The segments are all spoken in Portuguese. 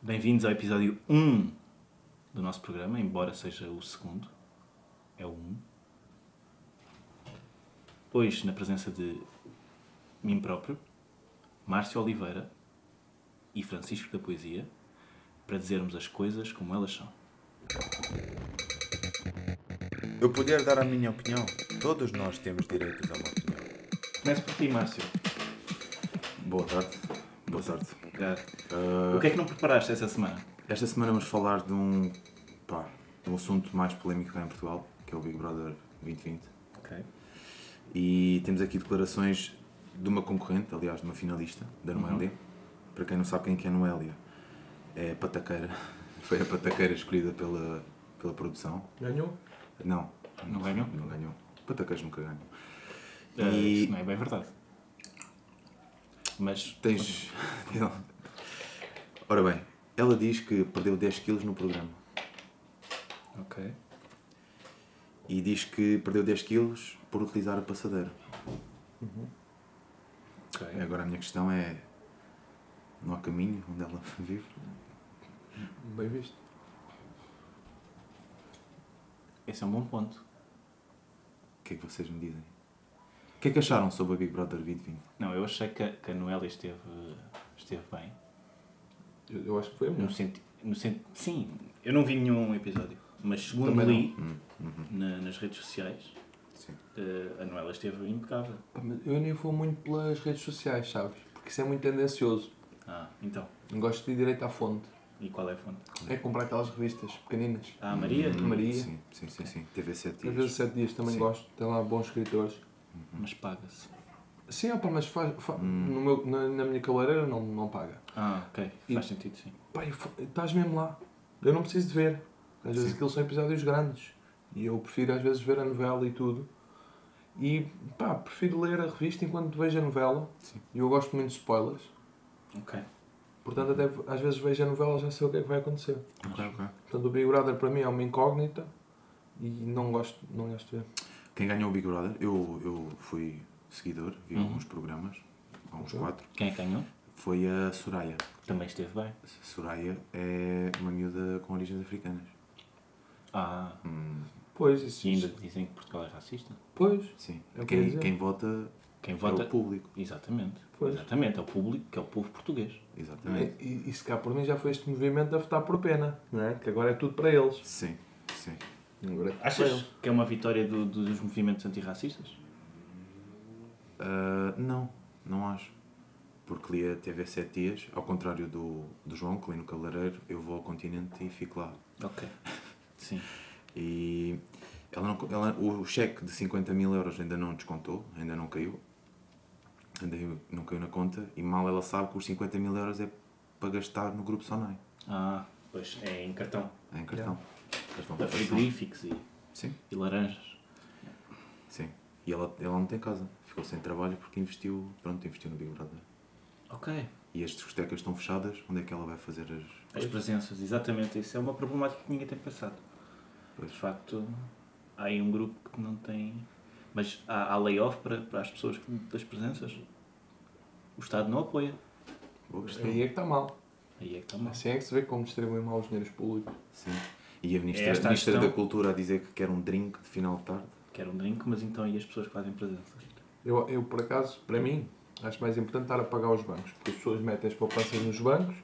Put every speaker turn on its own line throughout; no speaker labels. Bem-vindos ao episódio 1 do nosso programa, embora seja o segundo. É o 1. Hoje, na presença de mim próprio, Márcio Oliveira e Francisco da Poesia, para dizermos as coisas como elas são.
Eu poder dar a minha opinião? Todos nós temos direito a uma opinião.
Começo por ti, Márcio.
Boa tarde. Boa tarde. Ah,
Já. O que é que não preparaste essa semana?
Esta semana vamos falar de um, pá, de um assunto mais polémico cá em Portugal, que é o Big Brother 2020.
Ok.
E temos aqui declarações de uma concorrente, aliás, de uma finalista, da
Uhum.
Noélia. Para quem não sabe quem que é a Noélia, é a pataqueira. Foi a pataqueira escolhida pela, pela produção.
Ganhou?
Não.
Não ganhou?
Não ganhou. Pataqueiros nunca ganham.
E...
E-
Isso não é bem verdade. Mas
Tens. Ora bem, ela diz que perdeu 10 quilos no programa.
Ok.
e diz que perdeu 10 quilos por utilizar a passadeira.
Ok.
Agora a minha questão é: não há caminho onde ela vive?
Bem visto.
Esse é um bom ponto.
O que é que vocês me dizem? O que é que acharam sobre a Big Brother 2020?
Não, eu achei que a, que a Noélia esteve, esteve bem.
Eu, eu acho que foi a
No
melhor.
senti no senti sim, eu não vi nenhum episódio. Mas segundo
Também não.
li na- nas redes sociais,
Sim.
eh, a Noela esteve impecável.
Pá, mas Eu nem vou muito pelas redes sociais, sabes? Porque isso é muito tendencioso.
Ah, então.
Não Gosto de ir direito à fonte.
E qual é a fonte?
É comprar aquelas revistas pequeninas.
Ah, a Maria?
Maria.
Hum, Sim, sim, sim. sim. TV 7
Às vezes
dias. Hum,
sete dias também
Sim.
gosto. Tem lá bons escritores.
Mas paga-se.
Sim, opa, mas faz, fa-
Hum.
no meu- na, na minha cabeleireira não, não paga.
Ah, ok.
E-
Faz sentido, sim.
Pá, e fa- estás mesmo lá. Eu não preciso de ver. Às vezes aqueles são episódios grandes. E eu prefiro às vezes ver a novela e tudo. E pá, prefiro ler a revista enquanto vejo a novela.
Sim.
E eu gosto muito de spoilers.
Ok.
Portanto, até às vezes vejo a novela já sei o que é que vai acontecer.
Ok, ok.
Portanto, o Big Brother para mim é uma incógnita e não gosto, não gosto de ver.
Quem ganhou o Big Brother? Eu, eu fui seguidor, vi
Uhum.
alguns programas, alguns
Ok.
quatro.
Quem é que ganhou?
Foi a Soraya.
Também esteve bem.
Soraya é uma miúda com origens africanas.
Ah,
Pois, isso.
e ainda dizem que Portugal é racista.
Pois,
Sim.
É o que eu ia
Quem,
dizer.
quem vota
Quem
é
vota.
o público.
Exatamente.
Pois.
Exatamente. É o público, que é o povo português.
Exatamente.
e, e se cá por mim já foi este movimento de votar por pena, não é? Que agora é tudo para eles.
Sim, sim.
Agora é tudo para
Achas
eles.
que é uma vitória do- do- dos movimentos antirracistas?
Ah, não, não acho. Porque li a TV 7 dias, ao contrário do, do João, que li no Cabeleireiro, eu vou ao continente e fico lá.
Ok. Sim.
E ela não, ela, o cheque de 50 mil euros ainda não descontou, ainda não caiu. Ainda não caiu na conta. E mal ela sabe que os 50 mil euros é para gastar no Grupo Sonai,
Ah, pois é em cartão.
em cartão. Cartão
Para frigoríficos e,
Sim,
e laranjas.
sim. E ela, ela não tem casa. Ficou sem trabalho porque investiu, pronto, investiu no Big Brother.
Ok.
E as discotecas estão fechadas, onde é que ela vai fazer as,
As presenças, exatamente. Isso é uma problemática que ninguém tem pensado.
Pois.
De facto, há aí um grupo que não tem. Mas há, há layoff para, para as pessoas que- das presenças? O Estado não apoia.
Boa questão.
Aí é que está mal.
Aí é que está mal.
Assim é que se vê como distribuem mal os dinheiros públicos.
Sim. E a Ministra,
Esta
a ministra
questão-
da Cultura a dizer que quer um drink de final de tarde.
Quero um drink, mas então e as pessoas que fazem presenças?
Eu, eu, por acaso, para mim, acho mais importante estar a pagar os bancos. Porque as pessoas metem as poupanças nos bancos.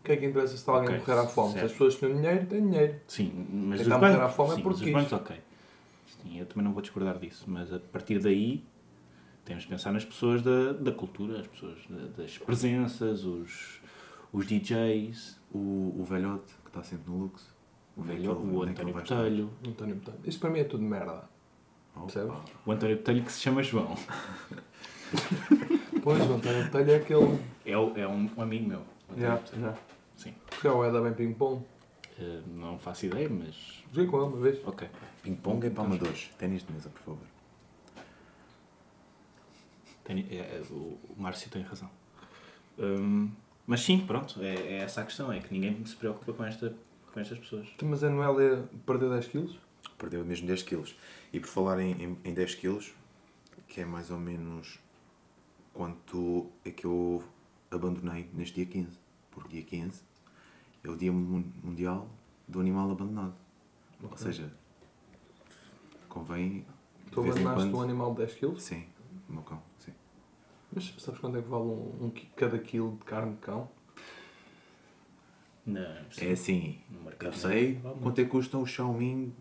O que é que interessa se está alguém
Ok,
a morrer à fome? Se
certo.
as pessoas têm dinheiro, têm dinheiro.
Sim, mas
Quem
os
está a morrer
bancos,
à fome é
sim,
porque
mas os
quis.
bancos, ok. Sim, eu também não vou discordar disso, mas a partir daí temos de pensar nas pessoas da, da cultura, as pessoas da- das presenças, os, os DJs,
O, o velhote que está sempre no luxo.
o,
Onde é que
velho,
ele-
o
onde é que ele
António
vai estar?
Botelho.
António Botelho. Isso para mim é tudo merda.
Oh,
Percebes?
pá.
O António Botelho que se chama João.
Pois, o António Botelho é aquele.
É, o- é um, um amigo meu. o António
Já,
Botelho.
já.
Sim.
Porque é o Eda bem ping-pong.
Eh, não faço ideia, mas.
Joguei com ele uma vez.
Ok.
Ping-pong é para amadores. Ténis de mesa, por favor.
Tem- é, é, o o Márcio tem razão. Hum, mas sim, pronto, é, é essa a questão, é que ninguém se preocupa com, esta, com estas pessoas.
Tu, Mas a Noélia perdeu 10 é quilos?
Perdeu mesmo 10 quilos. E por falar em, em, em 10 quilos, que é mais ou menos quanto é que eu abandonei neste dia 15. Porque dia 15 é o Dia Mun- Mundial do Animal Abandonado. Ou seja, convém.
Tu abandonaste um animal de 10 kg?
Sim, o meu cão, sim.
Mas sabes quanto é que vale um, um qui- cada quilo de carne de cão?
Não,
É assim,
No mercado
eu
não
sei
vale muito.
quanto é que custa o Xiaomi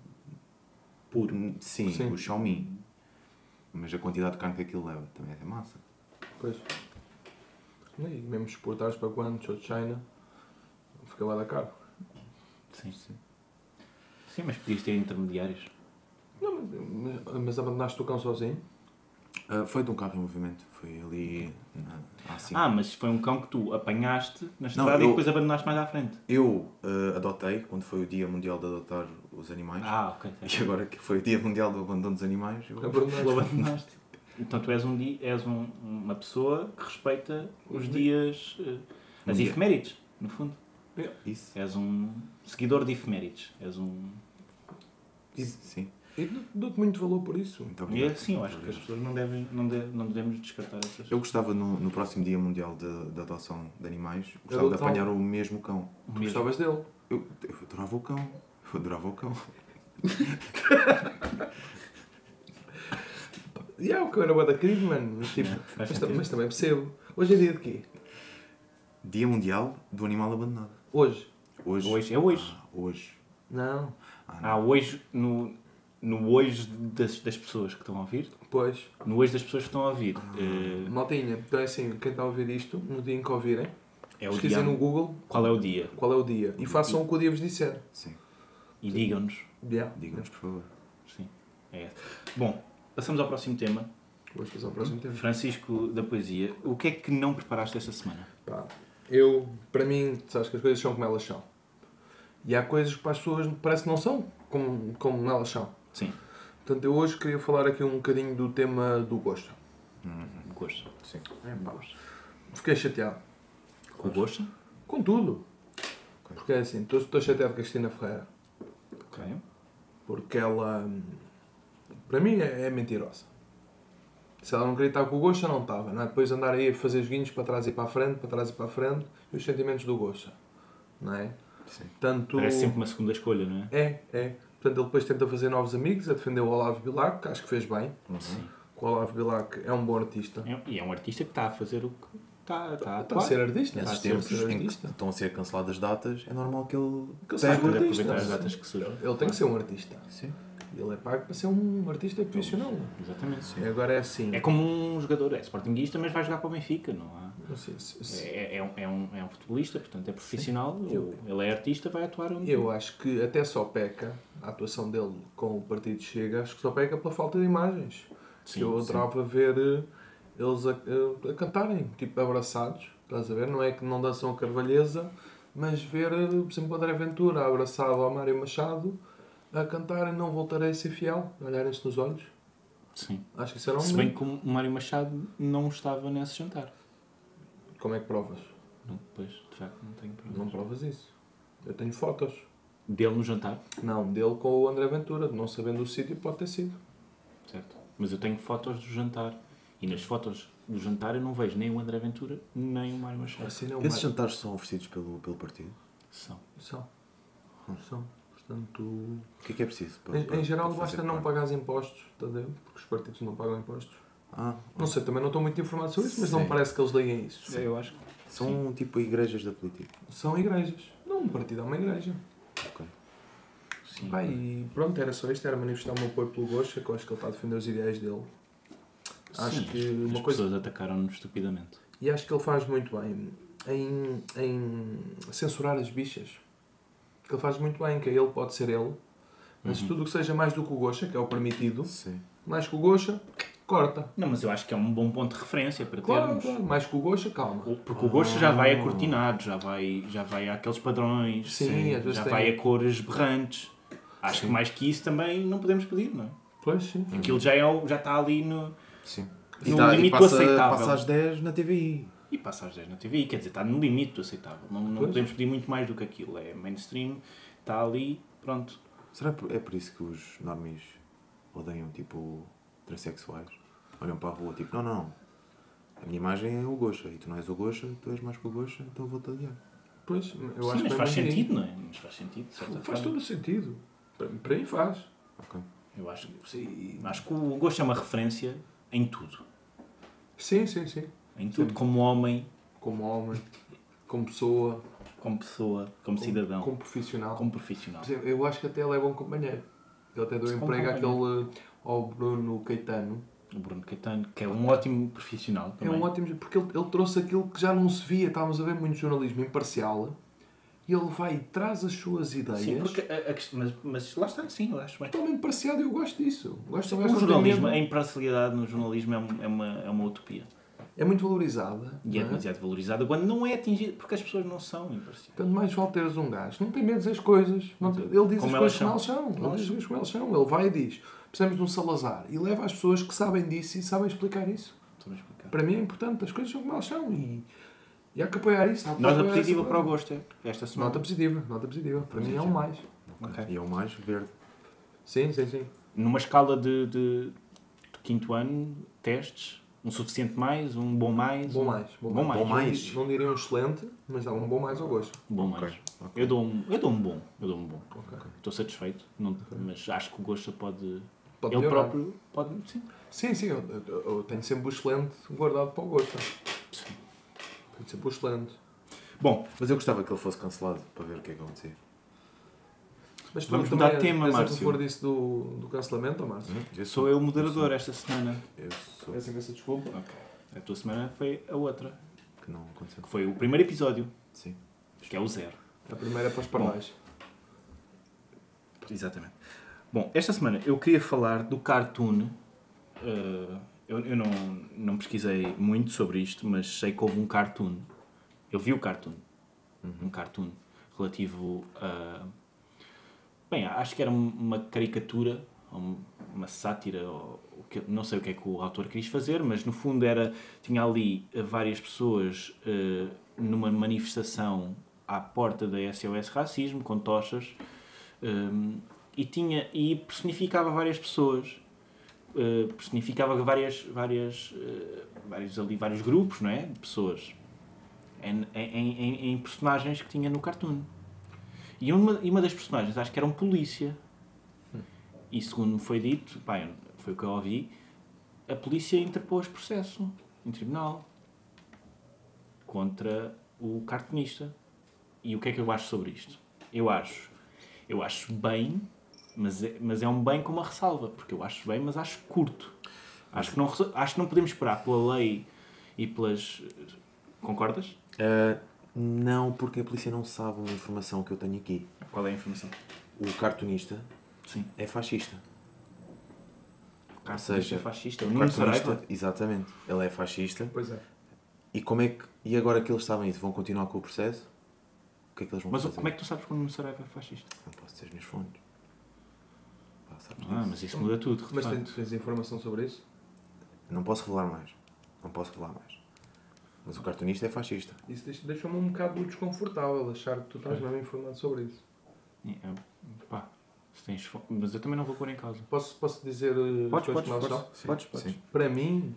puro. Sim,
Sim.
o Xiaomi. Mas a quantidade de carne que aquilo leva também é massa.
Pois. E mesmo exportares para Guangzhou, China, fica lá da caro.
Sim, sim. Sim, mas podias ter intermediários.
Não, mas, mas- mas abandonaste o cão sozinho?
Ah, foi de um carro em movimento, foi ali na A5.
Ah, mas foi um cão que tu apanhaste na estrada
eu-
e depois abandonaste mais à frente.
Eu ah, adotei, quando foi o Dia Mundial de Adotar os Animais,
Ah, É ok.
e agora que foi o Dia Mundial do Abandono dos Animais, eu
Tu
Abandonaste.
abandonaste. Então tu és, um, di- és um- uma pessoa que respeita os dias, eh, as
Um dia.
efemérides, no fundo.
isso.
És um seguidor de efemérides. És um...
Sim,
E dou- dou-te muito valor por isso.
muito
E
obrigado.
assim, eu acho que as pessoas não devem, não, de- não devemos descartar essas...
Eu gostava, no, no próximo Dia Mundial de, de Adoção de Animais, gostava de
Adoção.
apanhar o mesmo cão.
o
Tu
mesmo.
gostavas dele.
Eu, eu adorava o cão. Eu adorava o cão.
E yeah, o cão era bué da querido, mano. Mas, tipo,
Yeah, faz
mas, ta-
sentido.
mas também percebo. Hoje é dia de quê?
Dia Mundial do Animal Abandonado.
Hoje?
Hoje.
Hoje, é hoje.
Ah, hoje.
Não.
Ah, não.
Ah, hoje, no, no hoje das, das pessoas que estão a ouvir,
Pois.
no hoje das pessoas que estão a ouvir, eh,
Maltinha, então é assim, quem está a ouvir isto, no dia em que ouvirem,
é o
pesquisem
dia,
no Google
qual é o dia.
qual é o dia e façam o que o dia vos disser.
Sim.
E digam-nos.
Yeah.
Digam-nos, por favor.
Sim, é esse. Bom, passamos ao próximo tema.
Vamos passar ao próximo
Então,
tema.
Francisco da Poesia, o que é que não preparaste esta semana?
Pá, eu, para mim, sabes que as coisas são como elas são. E há coisas que para as pessoas parece que não são como, como elas são.
Sim,
Portanto, eu hoje queria falar aqui um bocadinho do tema do gosto.
Hum,
o gosto.
Sim.
É,
Pá, Fiquei chateado.
Com o gosto?
Com tudo. Porque é assim, estou- estou chateado com a Cristina Ferreira.
Ok.
Porque ela, hum, para mim, é, é mentirosa. Se ela não queria estar com o Gosta, não estava, não é? Depois andar aí a fazer os guinhos para trás e para a frente, para trás e para a frente, e os sentimentos do Gosta, não é?
Sim.
Tanto...
Parece sempre uma segunda escolha, não é?
É, é. Portanto, ele depois tenta fazer novos amigos, a defender o Olavo Bilac, que acho que fez bem.
Sim.
O Olavo Bilac é um bom artista.
É- E é um artista que está a fazer o que está, está a
Está a
atuar.
ser artista, está a
Nesses
ser
tempos em que
artista.
estão a ser canceladas datas, é normal que ele
Que ele
pegue-
seja
Quando
artista.
aproveitar as datas que surgem.
Ele tem que ser um artista.
Sim.
Ele é pago para ser um artista profissional.
Exatamente.
E agora é assim.
É como um jogador, é sportinguista, mas vai jogar para o Benfica, não há?
Não sei se- se-
É, é, um- é um, é um futebolista, portanto é profissional, ou ele é artista, vai atuar onde
Eu acho que até só peca a atuação dele com o Partido Chega, acho que só peca pela falta de imagens.
Sim,
eu adorava ver eh, eles a, eh, a cantarem, tipo abraçados, estás a ver? Não é que não dançam a Carvalheza, mas ver, eh, por exemplo, o André Ventura abraçado ao Mário Machado a cantarem Não Voltarei a Ser Fiel, olharem-se nos olhos.
Sim.
Acho que isso era um
Se bem
momento.
que o Mário Machado não estava nesse jantar.
Como é que provas?
Não, pois, de facto, não tenho problema.
Não provas isso. Eu tenho fotos.
Dele no jantar,
Não, dele com o André Ventura, não sabendo o sítio, pode ter sido.
certo? Mas eu tenho fotos do jantar. E nas fotos do jantar eu não vejo nem o André Ventura, nem o Mário Machado.
Assim não
Esses
vai-
jantares são oferecidos pelo, pelo partido?
São.
São. São. Portanto,
O que é que é preciso? para-
em,
para-
em geral
para fazer
basta não
parte?
pagar impostos, está a ver? Porque os partidos não pagam impostos.
Ah,
Não sei, também não estou muito informado sobre isso, mas não
Sim.
me parece que eles leem isso.
É, Eu acho que
são tipo igrejas da política.
São igrejas. Não, um partido é uma igreja.
Ok.
sim.
Pá, e pronto, era só isto, era manifestar o meu apoio pelo Gosha, que eu acho que ele está a defender os ideais dele. Acho
Sim,
que
as-
uma
as
coisa.
pessoas atacaram-no estupidamente.
E acho que ele faz muito bem em, em censurar as bichas. Que ele faz muito bem, que ele pode ser ele, mas tudo o que seja mais do que o Gosha, que é o permitido,
Sim.
mais que o Gosha, corta.
Não, mas eu acho que é um bom ponto de referência para
Claro,
termos.
claro. mais que o Gosha, calma.
O- Porque o gosto já vai acortinado, já vai, já vai àqueles padrões,
Sim, às vezes
já
tem-
vai a cores berrantes. Acho que mais que isso também não podemos pedir, não é?
Pois sim.
Aquilo já, é, o- já está ali no.
Sim.
No
tá-
limite do
passa,
aceitável.
passa às 10 na TVI.
E passa às 10 na TV, quer dizer, está no limite do aceitável. Não, não
Pois.
podemos pedir muito mais do que aquilo. É mainstream, está ali, pronto.
Será que é por isso que os normies odeiam, tipo, transexuais? Olham para a rua, tipo, não, não, não. A minha imagem é o Gosha e tu não és o Gosha, tu és mais que o Gosha, então vou-te odiar.
Pois, eu
Sim,
acho
mas
que
faz
bem por aí.
sentido, não é? Mas faz sentido, de certa
Faz
forma.
todo o sentido. Para, para mim faz.
Ok.
Eu acho que, sim, acho que o gosto é uma referência em tudo.
Sim, sim, sim.
Em tudo, como homem,
Como homem, como pessoa,
como pessoa, como, cidadão, como,
como profissional.
profissional.
Por exemplo, eu acho que até ele é bom companheiro. Ele até deu
Como
emprego
companheiro.
àquele eh, ao Bruno Caetano.
O Bruno Caetano, que é um ótimo profissional também.
É um ótimo. Porque ele, ele trouxe aquilo que já não se via. Estávamos a ver muito jornalismo imparcial. E ele vai e traz as suas ideias. É
Sim, porque a- a quest- mas, mas lá está, sim, eu acho bem.
Totalmente imparcial e eu gosto disso. Gosto
O jornalismo, a imparcialidade no jornalismo é um- é uma, é uma utopia.
É muito valorizada.
E é
não é?
demasiado valorizada quando não é atingida, porque as pessoas não são imparciais.
Portanto, mais vale teres um gajo. Não tem medo de dizer as coisas. Não tem- Ele diz
Como
as
elas
coisas como elas são. Ele
Elas
diz as coisas como elas são. Ele vai e diz. Precisamos de um Salazar. E leva as pessoas que sabem disso e sabem explicar isso.
Estou a explicar.
Para mim é importante. As coisas são como elas são. E, e há que apoiar isso. Há que
Nota
apoiar
positiva
essa
para o
coisa.
gosto, é? Esta semana.
Nota positiva. Nota positiva. Para mim é um
Positiva.
mais.
Ok.
E é o mais verde.
Sim, sim, sim.
Numa escala de, de, de quinto ano, testes, um suficiente mais, um bom mais.
Bom
um-
mais.
Bom mais.
Bom mais.
Não, diria um excelente, mas dá um bom mais ao gosto.
Bom mais.
Ok, ok.
Eu, dou um, eu dou um bom. Eu dou um bom.
Ok.
Estou satisfeito, não, mas acho que o gosto pode.
Pode
ele
melhorar.
próprio pode. Sim.
Sim, sim. Eu, eu- eu tenho sempre o excelente guardado para o gosto. Tenho sempre o excelente.
Bom,
Mas eu gostava que ele fosse cancelado para ver o que é que acontecia.
Mas tu
Vamos
também
mudar de tema,
és a
Márcio.
favor disso do, do cancelamento, ó, Márcio?
Eu
sou eu o moderador esta semana.
Eu sou.
Hum. Peço imensa desculpa.
Ok. A tua semana foi a outra,
Que não aconteceu.
que foi o primeiro episódio,
Sim.
que é o zero.
A primeira é para os parnais.
Exatamente. Bom, esta semana eu queria falar do cartoon. Uh, eu eu não, não pesquisei muito sobre isto, mas sei que houve um cartoon. Eu vi o cartoon. Um cartoon relativo a. Bem, acho que era um- uma caricatura, ou um- uma sátira, ou o que- não sei o que é que o autor quis fazer, mas no fundo era. Tinha ali eh, várias pessoas eh, numa manifestação à porta da SOS Racismo, com tochas. Hum, e tinha e personificava várias pessoas Uh, personificava várias várias uh, vários ali vários grupos não é de pessoas em, em, em- em personagens que tinha no cartoon e uma e uma das personagens acho que era um polícia e segundo me foi dito pá, eu- foi o que eu ouvi a polícia interpôs processo em tribunal contra o cartunista e o que é que eu acho sobre isto eu acho eu acho bem, mas é, mas é um bem com uma ressalva, porque eu acho bem, mas acho curto. Acho que não, reso- acho que não podemos esperar pela lei e pelas. Concordas?
Ah, não, porque a polícia não sabe uma informação que eu tenho aqui.
Qual é a informação?
O cartunista
Sim.
é fascista.
Ou
seja,
seja, Ah, é fascista. O
O
Nuno
cartunista,
Saraiva.
exatamente. Ele é fascista.
Pois é.
E como é que. E agora que eles sabem isso, vão continuar com o processo? O que é que eles vão
Mas o-
fazer?
como é que tu sabes que o Nuno Saraiva é fascista?
Não posso ter os meus fones. Pá, sabes
Ah,
disso.
mas isso muda tudo. de
Mas
facto.
tens, tens informação sobre isso?
Não posso revelar mais. Não posso revelar mais. Mas o cartunista é fascista.
Isso deixa- deixou-me um bocado desconfortável, achar que tu estás mesmo informado sobre isso.
É, pá, se tens fo- Mas eu também não vou pôr em causa.
Posso, posso dizer eh, as coisas como elas são?
Sim, podes, podes.
Para mim,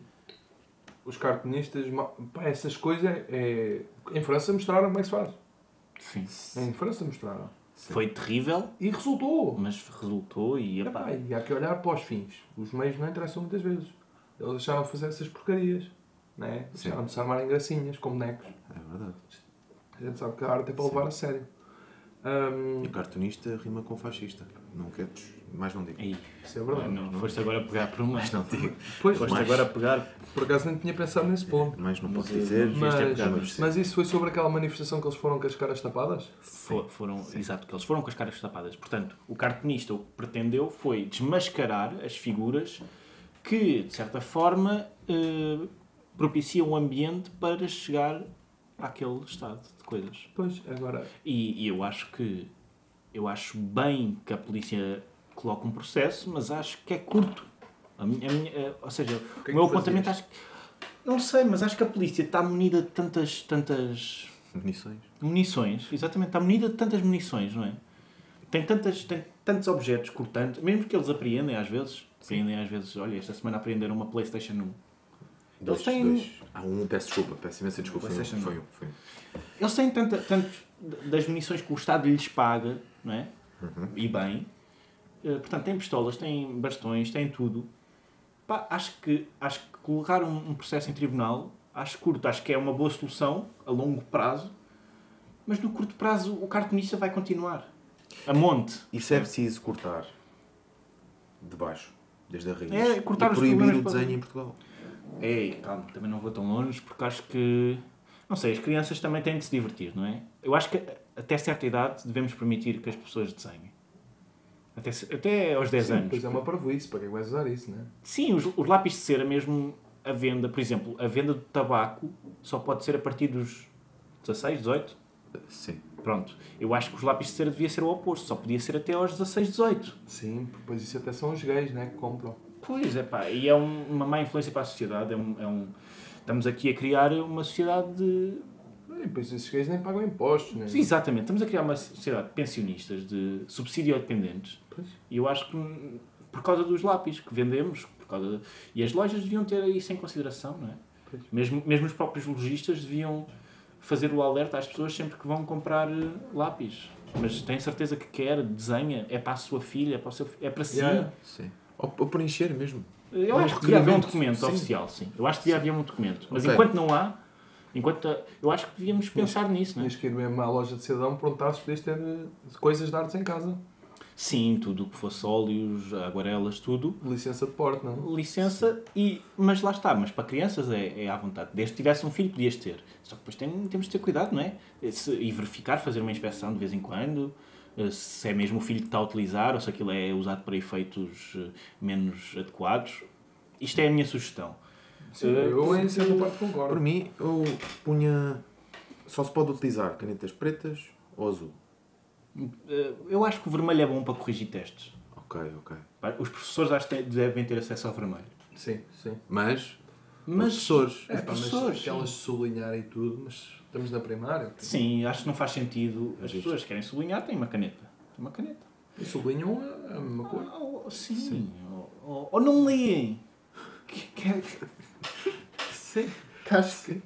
os cartunistas, ma- pá, essas coisas é, é- Em França mostraram como é que se faz.
Sim.
Em França mostraram.
Foi terrível,
E resultou.
mas resultou e. Epá,
Epá, e há que olhar para os fins. Os meios não interessam muitas vezes. Eles deixaram de fazer essas porcarias. Né? Deixaram de se armarem gracinhas com bonecos.
É verdade.
A gente sabe que a arte é para levar a sério. Hum,
E o cartunista rima com fascista. Não quero. Mais não digo.
Aí.
isso é verdade.
Não, foste agora pegar por um. Mas não digo.
Pois,
Foste
Mas-
agora pegar.
por acaso nem tinha pensado nesse ponto.
Mais não posso
eh,
dizer.
mas-
isto é
Mas,
pecado,
mas-
mas isso foi sobre aquela manifestação que eles foram com as caras tapadas?
Fo- foram, exato, que eles foram com as caras tapadas. Portanto, o cartunista o que pretendeu foi desmascarar as figuras que, de certa forma, eh, propiciam o ambiente para chegar àquele estado de coisas.
Pois, agora.
E, e eu acho que eu acho bem que a polícia coloque um processo, mas acho que é curto. A minha, a minha- a- ou seja, o,
que é que
meu
tu
apontamento acho que. Não sei, mas acho que a polícia está munida de tantas, tantas
Munições.
Munições, exatamente, está munida de tantas munições, não é? Tem, tantas, tem tantos objetos cortantes, mesmo que eles apreendem às vezes, apreendem às vezes, olha, esta semana apreenderam uma Playstation 1.
Dois,
têm-
dois. Ah, um, peço desculpa. Peço imensa desculpa. Foi um.
PlayStation
Foi um, foi um.
Eles têm tanta, tantos, d- das munições que o Estado lhes paga, não é? E bem. Eh, Portanto, tem pistolas, tem bastões, tem tudo. Pá, acho que, acho que colocar um, um processo em tribunal, acho curto, acho que é uma boa solução a longo prazo, mas no curto prazo o cartunista vai continuar. A monte.
Isso é preciso cortar. De baixo. Desde a raiz.
É, cortar
e
os
proibir
problemas
o
para-
desenho em Portugal.
Ei, calma, também não vou tão longe porque acho que. Não sei, as crianças também têm de se divertir, não é? Eu acho que até certa idade devemos permitir que as pessoas desenhem. Até, se- até aos 10 anos.
Pois é uma parvoíce, para quem vai usar isso, né?
Sim, os, os lápis de cera mesmo, a venda, por exemplo, a venda do tabaco só pode ser a partir dos 16, 18.
Sim.
Pronto, eu acho que os lápis de cera devia ser o oposto, só podia ser até aos 16, 18.
Sim, pois isso até são os gays, né? Que compram.
Pois é, pá, e é um- uma má influência para a sociedade. É um, é um- estamos aqui a criar uma sociedade de,
E depois esses gays nem pagam impostos, né?
Sim, exatamente. Estamos a criar uma sociedade de pensionistas, de subsídio dependentes.
Pois.
E eu acho que hum, por causa dos lápis que vendemos, por causa de- e as lojas deviam ter isso em consideração, não é?
Pois.
Mesmo, mesmo os próprios lojistas deviam fazer o alerta às pessoas sempre que vão comprar eh, lápis. Mas tem certeza que quer, desenha, é para a sua filha, é para, o seu, fi- é para si.
Yeah.
Sim. Ou, ou preencher mesmo.
Eu
Um
acho que devia haver um
requerimento,
documento
sim.
oficial, sim. Eu acho que devia haver um documento. Mas
Ok.
enquanto não há, enquanto a- eu acho que devíamos pensar nisso, não é?
Tens que ir mesmo à loja de cidadão perguntar se podias ter eh, coisas de artes em casa.
Sim, tudo o que fosse óleos, aguarelas, tudo.
Licença de porte, não?
Licença, e, mas lá está, mas para crianças é, é à vontade. Desde que tivesse um filho, podias ter. Só que depois tem- temos de ter cuidado, não é? Se- e verificar, fazer uma inspeção de vez em quando, eh, se é mesmo o filho que está a utilizar ou se aquilo é usado para efeitos eh, menos adequados. Isto é a minha sugestão.
Sim,
Eh,
eu em certa parte
Para
concordo.
mim, eu punha. Só se pode utilizar canetas pretas ou azul.
Eh, eu acho que o vermelho é bom para corrigir testes.
Ok, ok.
Os professores acho que têm- devem ter acesso ao vermelho.
Sim, sim.
Mas.
Mas,
Professores.
É, pá, mas
professores, sim.
aquelas de sublinhar e tudo, mas estamos na primária.
Sim, acho que não faz sentido. As pessoas que querem sublinhar têm uma caneta. Tem uma caneta.
E sublinham a, a mesma cor.
Ah, ou- sim. Ou, ou- ou não leem. Que- é que-
Sim.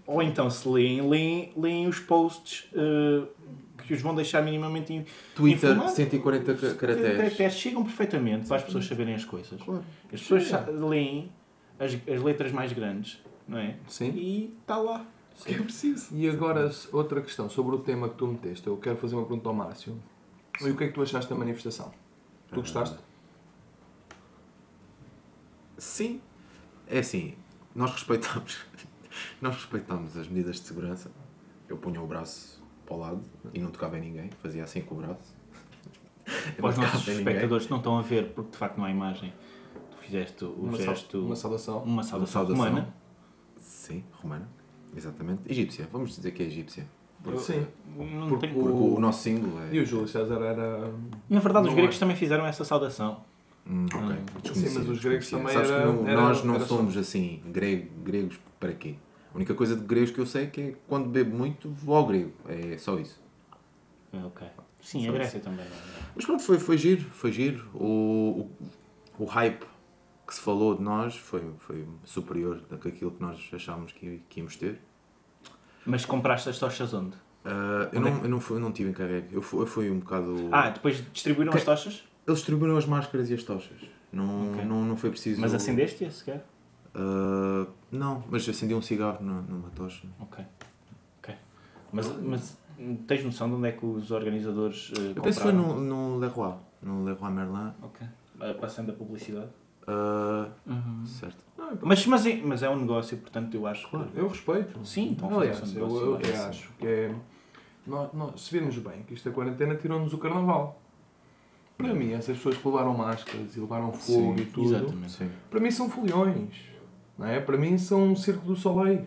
Ou então, se leem, leem, leem os posts eh, que os vão deixar minimamente in-
Twitter,
informados.
140 ca- caracteres.
Chegam perfeitamente para as pessoas saberem as coisas.
Claro.
As pessoas sa- leem as, as letras mais grandes, não é?
Sim.
E está lá.
Que é preciso. E agora, s- outra questão sobre o tema que tu meteste. Eu quero fazer uma pergunta ao Márcio. E o que é que tu achaste da manifestação?
Ah,
Tu gostaste?
Sim. É assim, nós respeitamos, nós respeitamos as medidas de segurança. Eu punha o braço para o lado e não tocava em ninguém, fazia assim com o braço.
É
Eu
Para os
não tocava
nossos
em ninguém.
espectadores que não estão a ver, porque de facto não há imagem, tu fizeste o Hum.
Uma, sal-
gesto.
uma saudação.
uma saudação
saudação.
humana.
Sim, romana. Exatamente. Egípcia, vamos dizer que é egípcia. Porque,
Sim.
Não
Porque
tenho-
porque
o-
o... nosso símbolo é.
E o Júlio César era.
Na verdade, os
Não
gregos
é.
também fizeram essa saudação.
Hum, ok. Desconhecido,
Ah, Sim, mas os gregos
desconhecido.
também
Sabes
era-
que não-
era-
nós não
era só-
somos assim, grego, gregos para quê? A única coisa de gregos que eu sei é que é quando bebo muito vou ao grego. É só isso.
Ah, Ok. Sim, a Grécia também. não é?
Mas pronto, foi, foi giro, foi giro. O, o, o hype que se falou de nós foi, foi superior do que aquilo que nós achámos que, que íamos ter.
Mas compraste as tochas onde?
Ah, eu, não, eu, não fui, eu não tive encarregue, eu fui, eu fui um bocado.
é Ah, depois distribuíram as tochas?
Eles distribuíram as máscaras e as tochas. Não,
Ok.
não, não foi preciso.
Mas acendeste-a sequer?
Ah, não, mas acendi um cigarro numa, numa tocha.
Ok. Ok. Mas, mas tens noção de onde é que os organizadores eh,
Eu
compraram?
penso que foi no, no Leroy, no Leroy Merlin.
Ok. Ah, passando a publicidade.
Ah, Certo.
Uhum. Mas, mas, é, mas é um negócio, portanto, eu acho que...
Eu respeito.
Sim, então
Aliás,
fazer
eu,
um
eu
negócio,
até
vai,
acho que é. Nós, nós, se virmos bem que esta quarentena tirou-nos o carnaval. Para mim, essas pessoas que levaram máscaras e levaram fogo
Sim,
e tudo,
Exatamente.
Sim.
para mim são foliões. Não é? Para mim são um circo do soleil.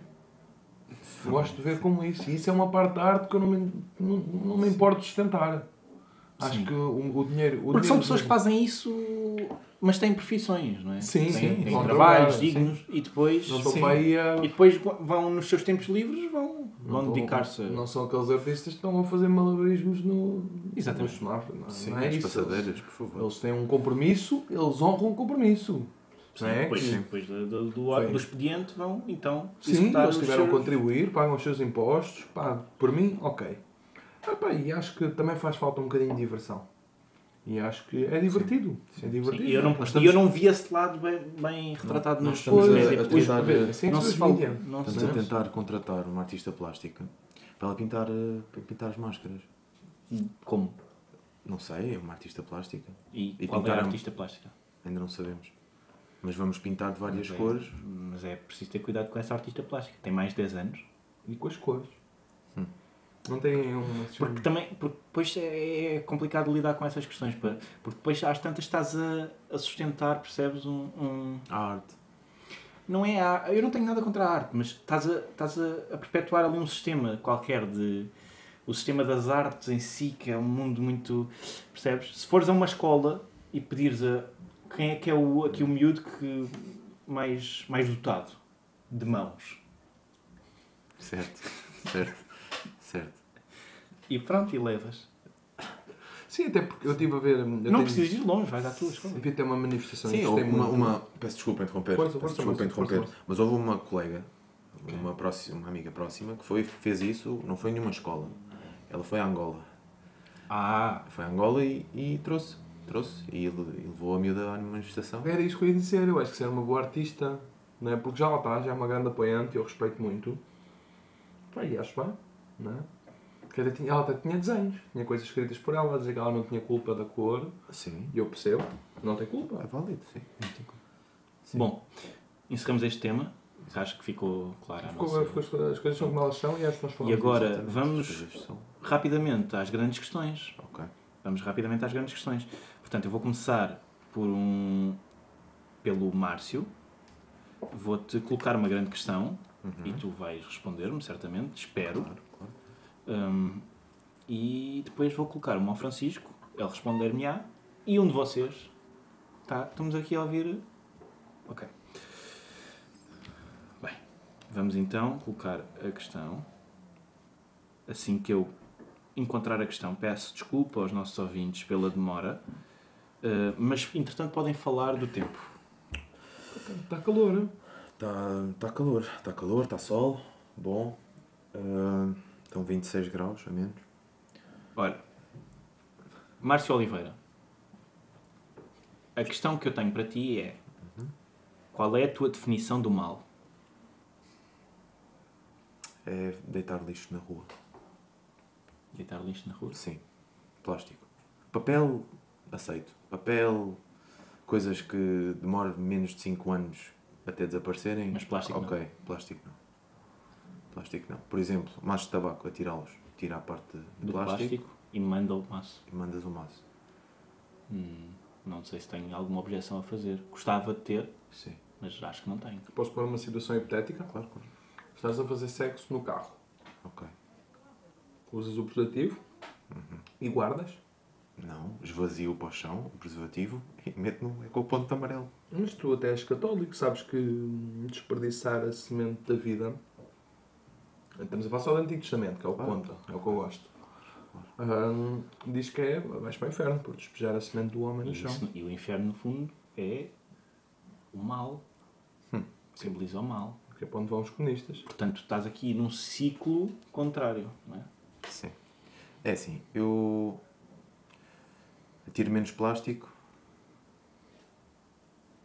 Eu Gosto de ver como isso. E isso é uma parte da arte que eu não me, não, não me importo de sustentar. Acho
Sim.
que o, o dinheiro. O
Porque são
dinheiro-
pessoas que fazem isso, mas têm profissões, não é?
Sim,
têm,
sim,
Têm
vão
trabalhos
trabalhar,
dignos e depois.
Não estou
Sim.
para aí a.
E depois vão nos seus tempos livres, vão, vão
Não-
dedicar-se.
Não são aqueles artistas que estão a fazer malabarismos no, no
Exatamente.
semáforo. Não,
Sim,
não é
as
isso.
passadeiras, por favor.
Eles têm um compromisso, eles honram o compromisso. não é?
Depois,
Que-
depois do, do,
Foi.
do expediente vão então
Sim,
executar
eles
um
os
tiveram a
seus-
contribuir, pagam os seus impostos. Pá, por mim, ok. Ah, pá, e acho que também faz falta um bocadinho de diversão. E acho que é divertido. É divertido.
E eu não,
Nós
e eu
estamos-
não vi esse lado bem, bem retratado
Nós
nos
estamos
filmes. É
a- a
tipo, os-
tentar-
a- a ciência
não se
dos
fala-
mídia.
não
Estamos
sei.
a tentar contratar uma artista plástica para ela pintar, eh, para pintar as máscaras.
Hum, Como?
Não sei, é uma artista plástica.
E,
E
qual é
pintar
a
a-
artista plástica?
Ainda não sabemos. Mas vamos pintar de várias
Mas é-
cores.
Mas é preciso ter cuidado com essa artista plástica. Tem mais de 10 anos.
E com as cores. Não tem um- uma.
Hum. Porque também, porque depois é é complicado lidar com essas questões. pá. Porque depois às tantas estás a, a sustentar, percebes, um, um-
A arte.
Não é a... Eu não tenho nada contra a arte, mas estás a, estás a, a perpetuar ali um sistema qualquer de... O sistema das artes em si, que é um mundo muito... Percebes? Se fores a uma escola e pedires a... Quem é que é o, aqui o miúdo que mais, mais dotado de mãos?
Certo. certo. Certo.
E pronto, e levas.
Sim, até porque eu estive a ver. Eu
não precisas ir longe, vais à tua escola.
Devia ter uma manifestação.
Sim,
Isto
houve
tem
uma,
muito-
uma- Peço desculpa interromper.
Força,
peço
força,
desculpa
força,
interromper.
força,
Mas houve uma colega, uma, próxima, uma amiga próxima, que foi, fez isso, não foi em nenhuma escola. Ela foi a Angola.
Ah,
Foi a Angola e, e trouxe. Trouxe. E ele- e levou a miúda à manifestação.
Era isso que eu ia dizer. Eu acho que ser uma boa artista, não é? porque já lá está, já é uma grande apoiante, eu respeito muito. Pá, e acho bem, não é? Porque Ela tinha, ela até tinha desenhos, tinha coisas escritas por ela, a dizer que ela não tinha culpa da cor,
Sim.
e eu percebo, não tem culpa.
É válido, sim.
Bom, encerramos este tema. que Acho que ficou claro a
Ficou-
nossa.
ficou- as coisas são como elas são e acho que nós
E
falamos.
agora
Exatamente, as
eh, vamos
coisas são-
rapidamente às grandes questões.
Ok.
Vamos rapidamente às grandes questões. Portanto, eu vou começar por um pelo Márcio. Vou-te colocar uma grande questão e tu vais responder-me, certamente, espero.
Uhum. Claro, claro.
Hum, e depois vou colocar uma ao Francisco, ele responder-me-á, e um de vocês. Tá, estamos aqui a ouvir. Ok. Bem, vamos então colocar a questão. Assim que eu encontrar a questão, peço desculpa aos nossos ouvintes pela demora, eh, mas entretanto podem falar do tempo.
Está Tá, calor, hein?
Está tá calor, está calor, está sol, bom. Ah, estão 26 graus, a menos.
Olha, Márcio Oliveira, a questão que eu tenho para ti é: qual é a tua definição do mal?
É deitar lixo na rua.
Deitar lixo na rua?
Sim, plástico. Papel, aceito. Papel, coisas que demoram menos de 5 anos até desaparecerem.
Mas plástico não.
Ok, plástico não. Plástico não. Por exemplo, maços de tabaco, atirá-los. Tira a parte
Do
do
plástico,
plástico,
e manda o maço.
e mandas o maço.
Hum, não sei se tenho alguma objeção a fazer. Gostava de ter,
Sim,
mas acho que não tenho.
Posso pôr uma situação hipotética?
claro, claro.
Estás a fazer sexo no carro,
Ok.
usas o preservativo
Uhum.
e guardas,
Não, esvazio para o chão, o preservativo, e é meto no ecoponto amarelo.
mas tu até és católico, sabes que hum, desperdiçar a semente da vida. Estamos a falar só do Antigo Testamento, que é o que conta, é o que eu gosto. Hum, diz que é, vais para o inferno por despejar a semente do homem
E,
no chão.
isso- e o inferno, no fundo, é o mal. Hum. Simboliza o mal.
Que é para onde vão os comunistas.
Portanto, estás aqui num ciclo contrário, não é?
Sim. É assim, eu atiro menos plástico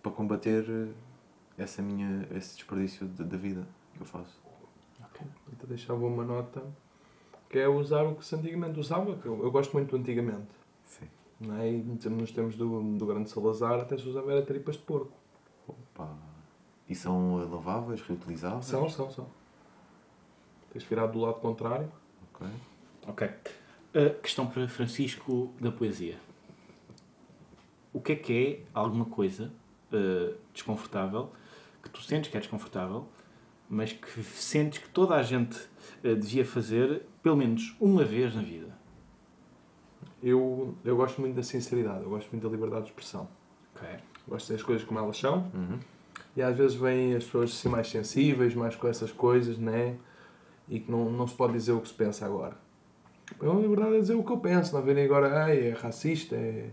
para combater eh, essa minha, esse desperdício de- da vida que eu faço.
Então deixava uma nota que é usar o que se antigamente usava, que eu, eu gosto muito do antigamente.
Sim.
Não é? E dizemos, nos tempos do, do grande Salazar até se usava era tripas de porco.
Opa. E são eh, laváveis, reutilizáveis?
São, são, são. Tens virado do lado contrário.
Ok.
Ok. Uh, questão para Francisco da Poesia. O que é que é alguma coisa uh, desconfortável que tu sentes que é desconfortável, mas que sentes que toda a gente uh, devia fazer pelo menos uma vez na vida?
Eu, eu gosto muito da sinceridade, eu gosto muito da liberdade de expressão.
Ok.
Gosto das coisas como elas são.
Uhum.
E às vezes vêm as pessoas assim mais sensíveis, mais com essas coisas, né? E que não, não se pode dizer o que se pensa agora. Eu, na verdade, é dizer o que eu penso, não virem agora, ai, é racista, é.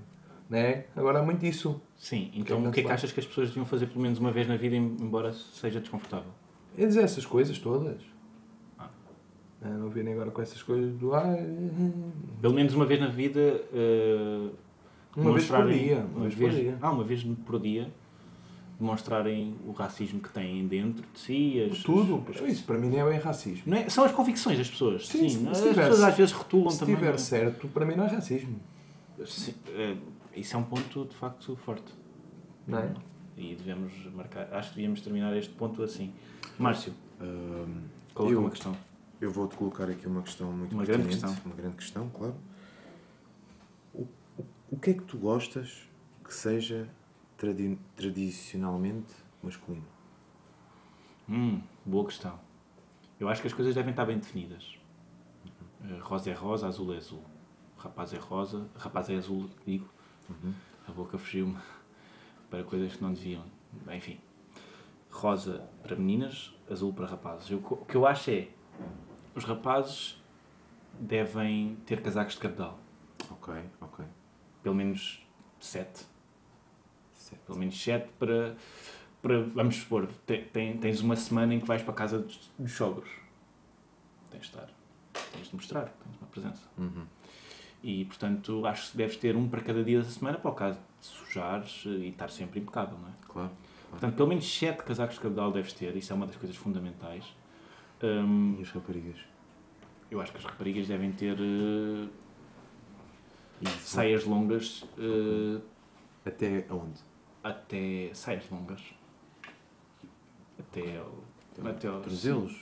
né? Agora há muito isso.
Sim, então
Ok,
o que é que
muito
achas que as pessoas deviam fazer pelo menos uma vez na vida, em- embora seja desconfortável?
É dizer essas coisas todas. Ah, não virem agora com essas coisas do é, ar.
Pelo menos uma vez na vida. eh,
é". Uma vez por
demonstrarem-
dia. Uma vez por dia.
Ah, uma vez por dia. Demonstrarem o racismo que têm dentro de si. As,
Tudo. pois, Isso para mim não é bem racismo.
Não é? São as convicções das pessoas. Sim,
Sim, se- se
as
tiver-
pessoas às vezes rotulam
Se
também.
estiver
não é?
certo, para mim não é racismo.
Sim, eh, isso é um ponto de facto forte.
Não é?
E devemos marcar. Acho que devíamos terminar este ponto assim. Márcio,
Ahm,
coloca
Eu-
uma questão.
eu vou-te colocar aqui uma questão muito
Uma grande
pertinente,
questão.
Uma grande questão, claro. O, o, o que é que tu gostas que seja tradi- tradicionalmente masculino?
Hum, boa questão. Eu acho que as coisas devem estar bem definidas. Eh, Rosa é rosa, azul é azul. Rapaz é rosa, rapaz é azul, digo. A boca fugiu-me para coisas que não deviam. Enfim. Rosa para meninas, azul para rapazes. Eu co- o que eu acho é os rapazes devem ter casacos de cabedal.
Ok, ok.
Pelo menos sete.
Certo.
Pelo menos 7 para, para. Vamos supor, te- tem- tens uma semana em que vais para a casa dos, dos sogros. Tens de estar. Tens de mostrar, que tens uma presença.
Uhum.
E portanto, acho que deves ter um para cada dia da semana para o caso de sujares eh, e estar sempre impecável, não é?
Claro.
Portanto, pelo menos 7 casacos de cabedal deves ter, isso é uma das coisas fundamentais. Hum,
E as raparigas?
eu acho que as raparigas devem ter eh, saias longas eh,
Até aonde?
até saias longas até ao, até ao
Tornozelos?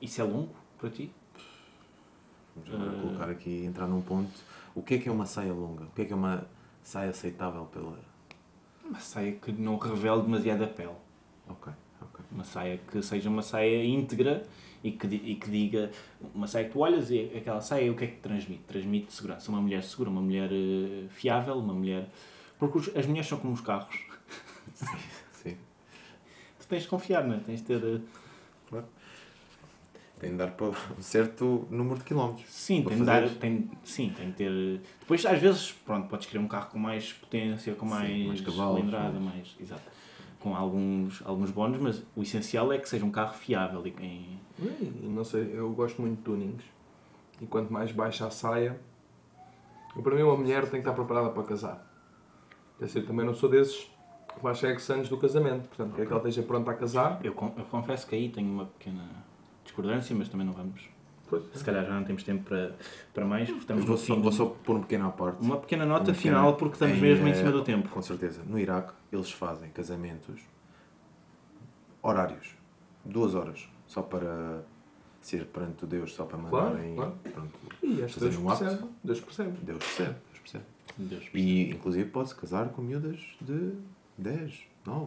isso é longo para ti
Vamos agora
Ah.
colocar aqui, entrar num ponto. O que é que é uma saia longa? O que é que é uma saia aceitável pela...
uma saia que não revele demasiado a pele
Ok, ok.
uma saia que seja uma saia íntegra e que, di- e que diga uma saia que tu olhas e aquela saia o que é que transmite? Transmite segurança, uma mulher segura, uma mulher eh, fiável, uma mulher porque os- as mulheres são como os carros
Sim.
tu tens de confiar, não é? tens de ter eh,
Tem de dar para um certo número de quilómetros.
Sim,
Para
tem de,
fazer.
dar, tem, sim, tem de ter. Depois, às vezes, pronto, podes querer um carro com mais potência, com mais,
mais cavalos,
cilindrada, mais. Exato. Com alguns, alguns bónus, mas o essencial é que seja um carro fiável. E, que em-
Ui, Não sei, eu gosto muito de tunings. E quanto mais baixa a saia, eu, para mim uma mulher tem que estar preparada para casar. Quer dizer, também não sou desses que mais sexo antes do casamento. Portanto, quer que ela esteja pronta a casar.
eu, con- eu confesso que aí tenho uma pequena discordância, mas também não vamos.
Pois.
Se calhar já não temos tempo para, para mais. porque
Eu
Estamos
vou
no
só,
fim.
vou só pôr um pequeno à parte.
Uma pequena nota
Uma pequena-
final, porque estamos mesmo em
eh,
cima do tempo.
Com certeza. No Iraque, eles fazem casamentos horários. Duas horas. Só para ser perante o Deus, só para
Claro,
mandarem.
claro.
Pronto,
E este Deus
Fazerem um ato.
percebe. Deus percebe.
Deus percebe. Deus percebe.
Deus.
E inclusive pode-se casar com miúdas de 10, 9,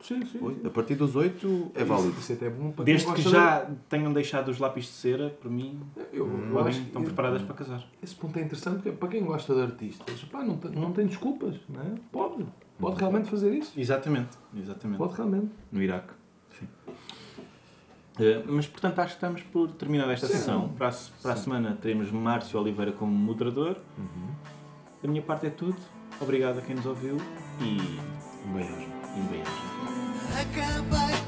Sim,
Uhum.
sim.
8. A partir dos 8 é válido.
Isso, isso até é bom para quem
Desde que
gosta
já tenham deixado os lápis de cera, para mim,
de- Eu,
Hum,
eu
podem-
acho que
estão preparadas para casar.
esse ponto é interessante porque para quem gosta de artistas, pá, não, tem, não tem desculpas, não é? Pode.
Uhum.
Pode realmente fazer isso.
Exatamente, exatamente.
Pode realmente.
no Iraque. Eh, mas, portanto, acho que estamos por terminar esta sessão. Para a, se- para a semana teremos Márcio Oliveira como moderador. Da minha parte é tudo. Obrigado a quem nos ouviu e
Um beijo.
um beijo.
Acabei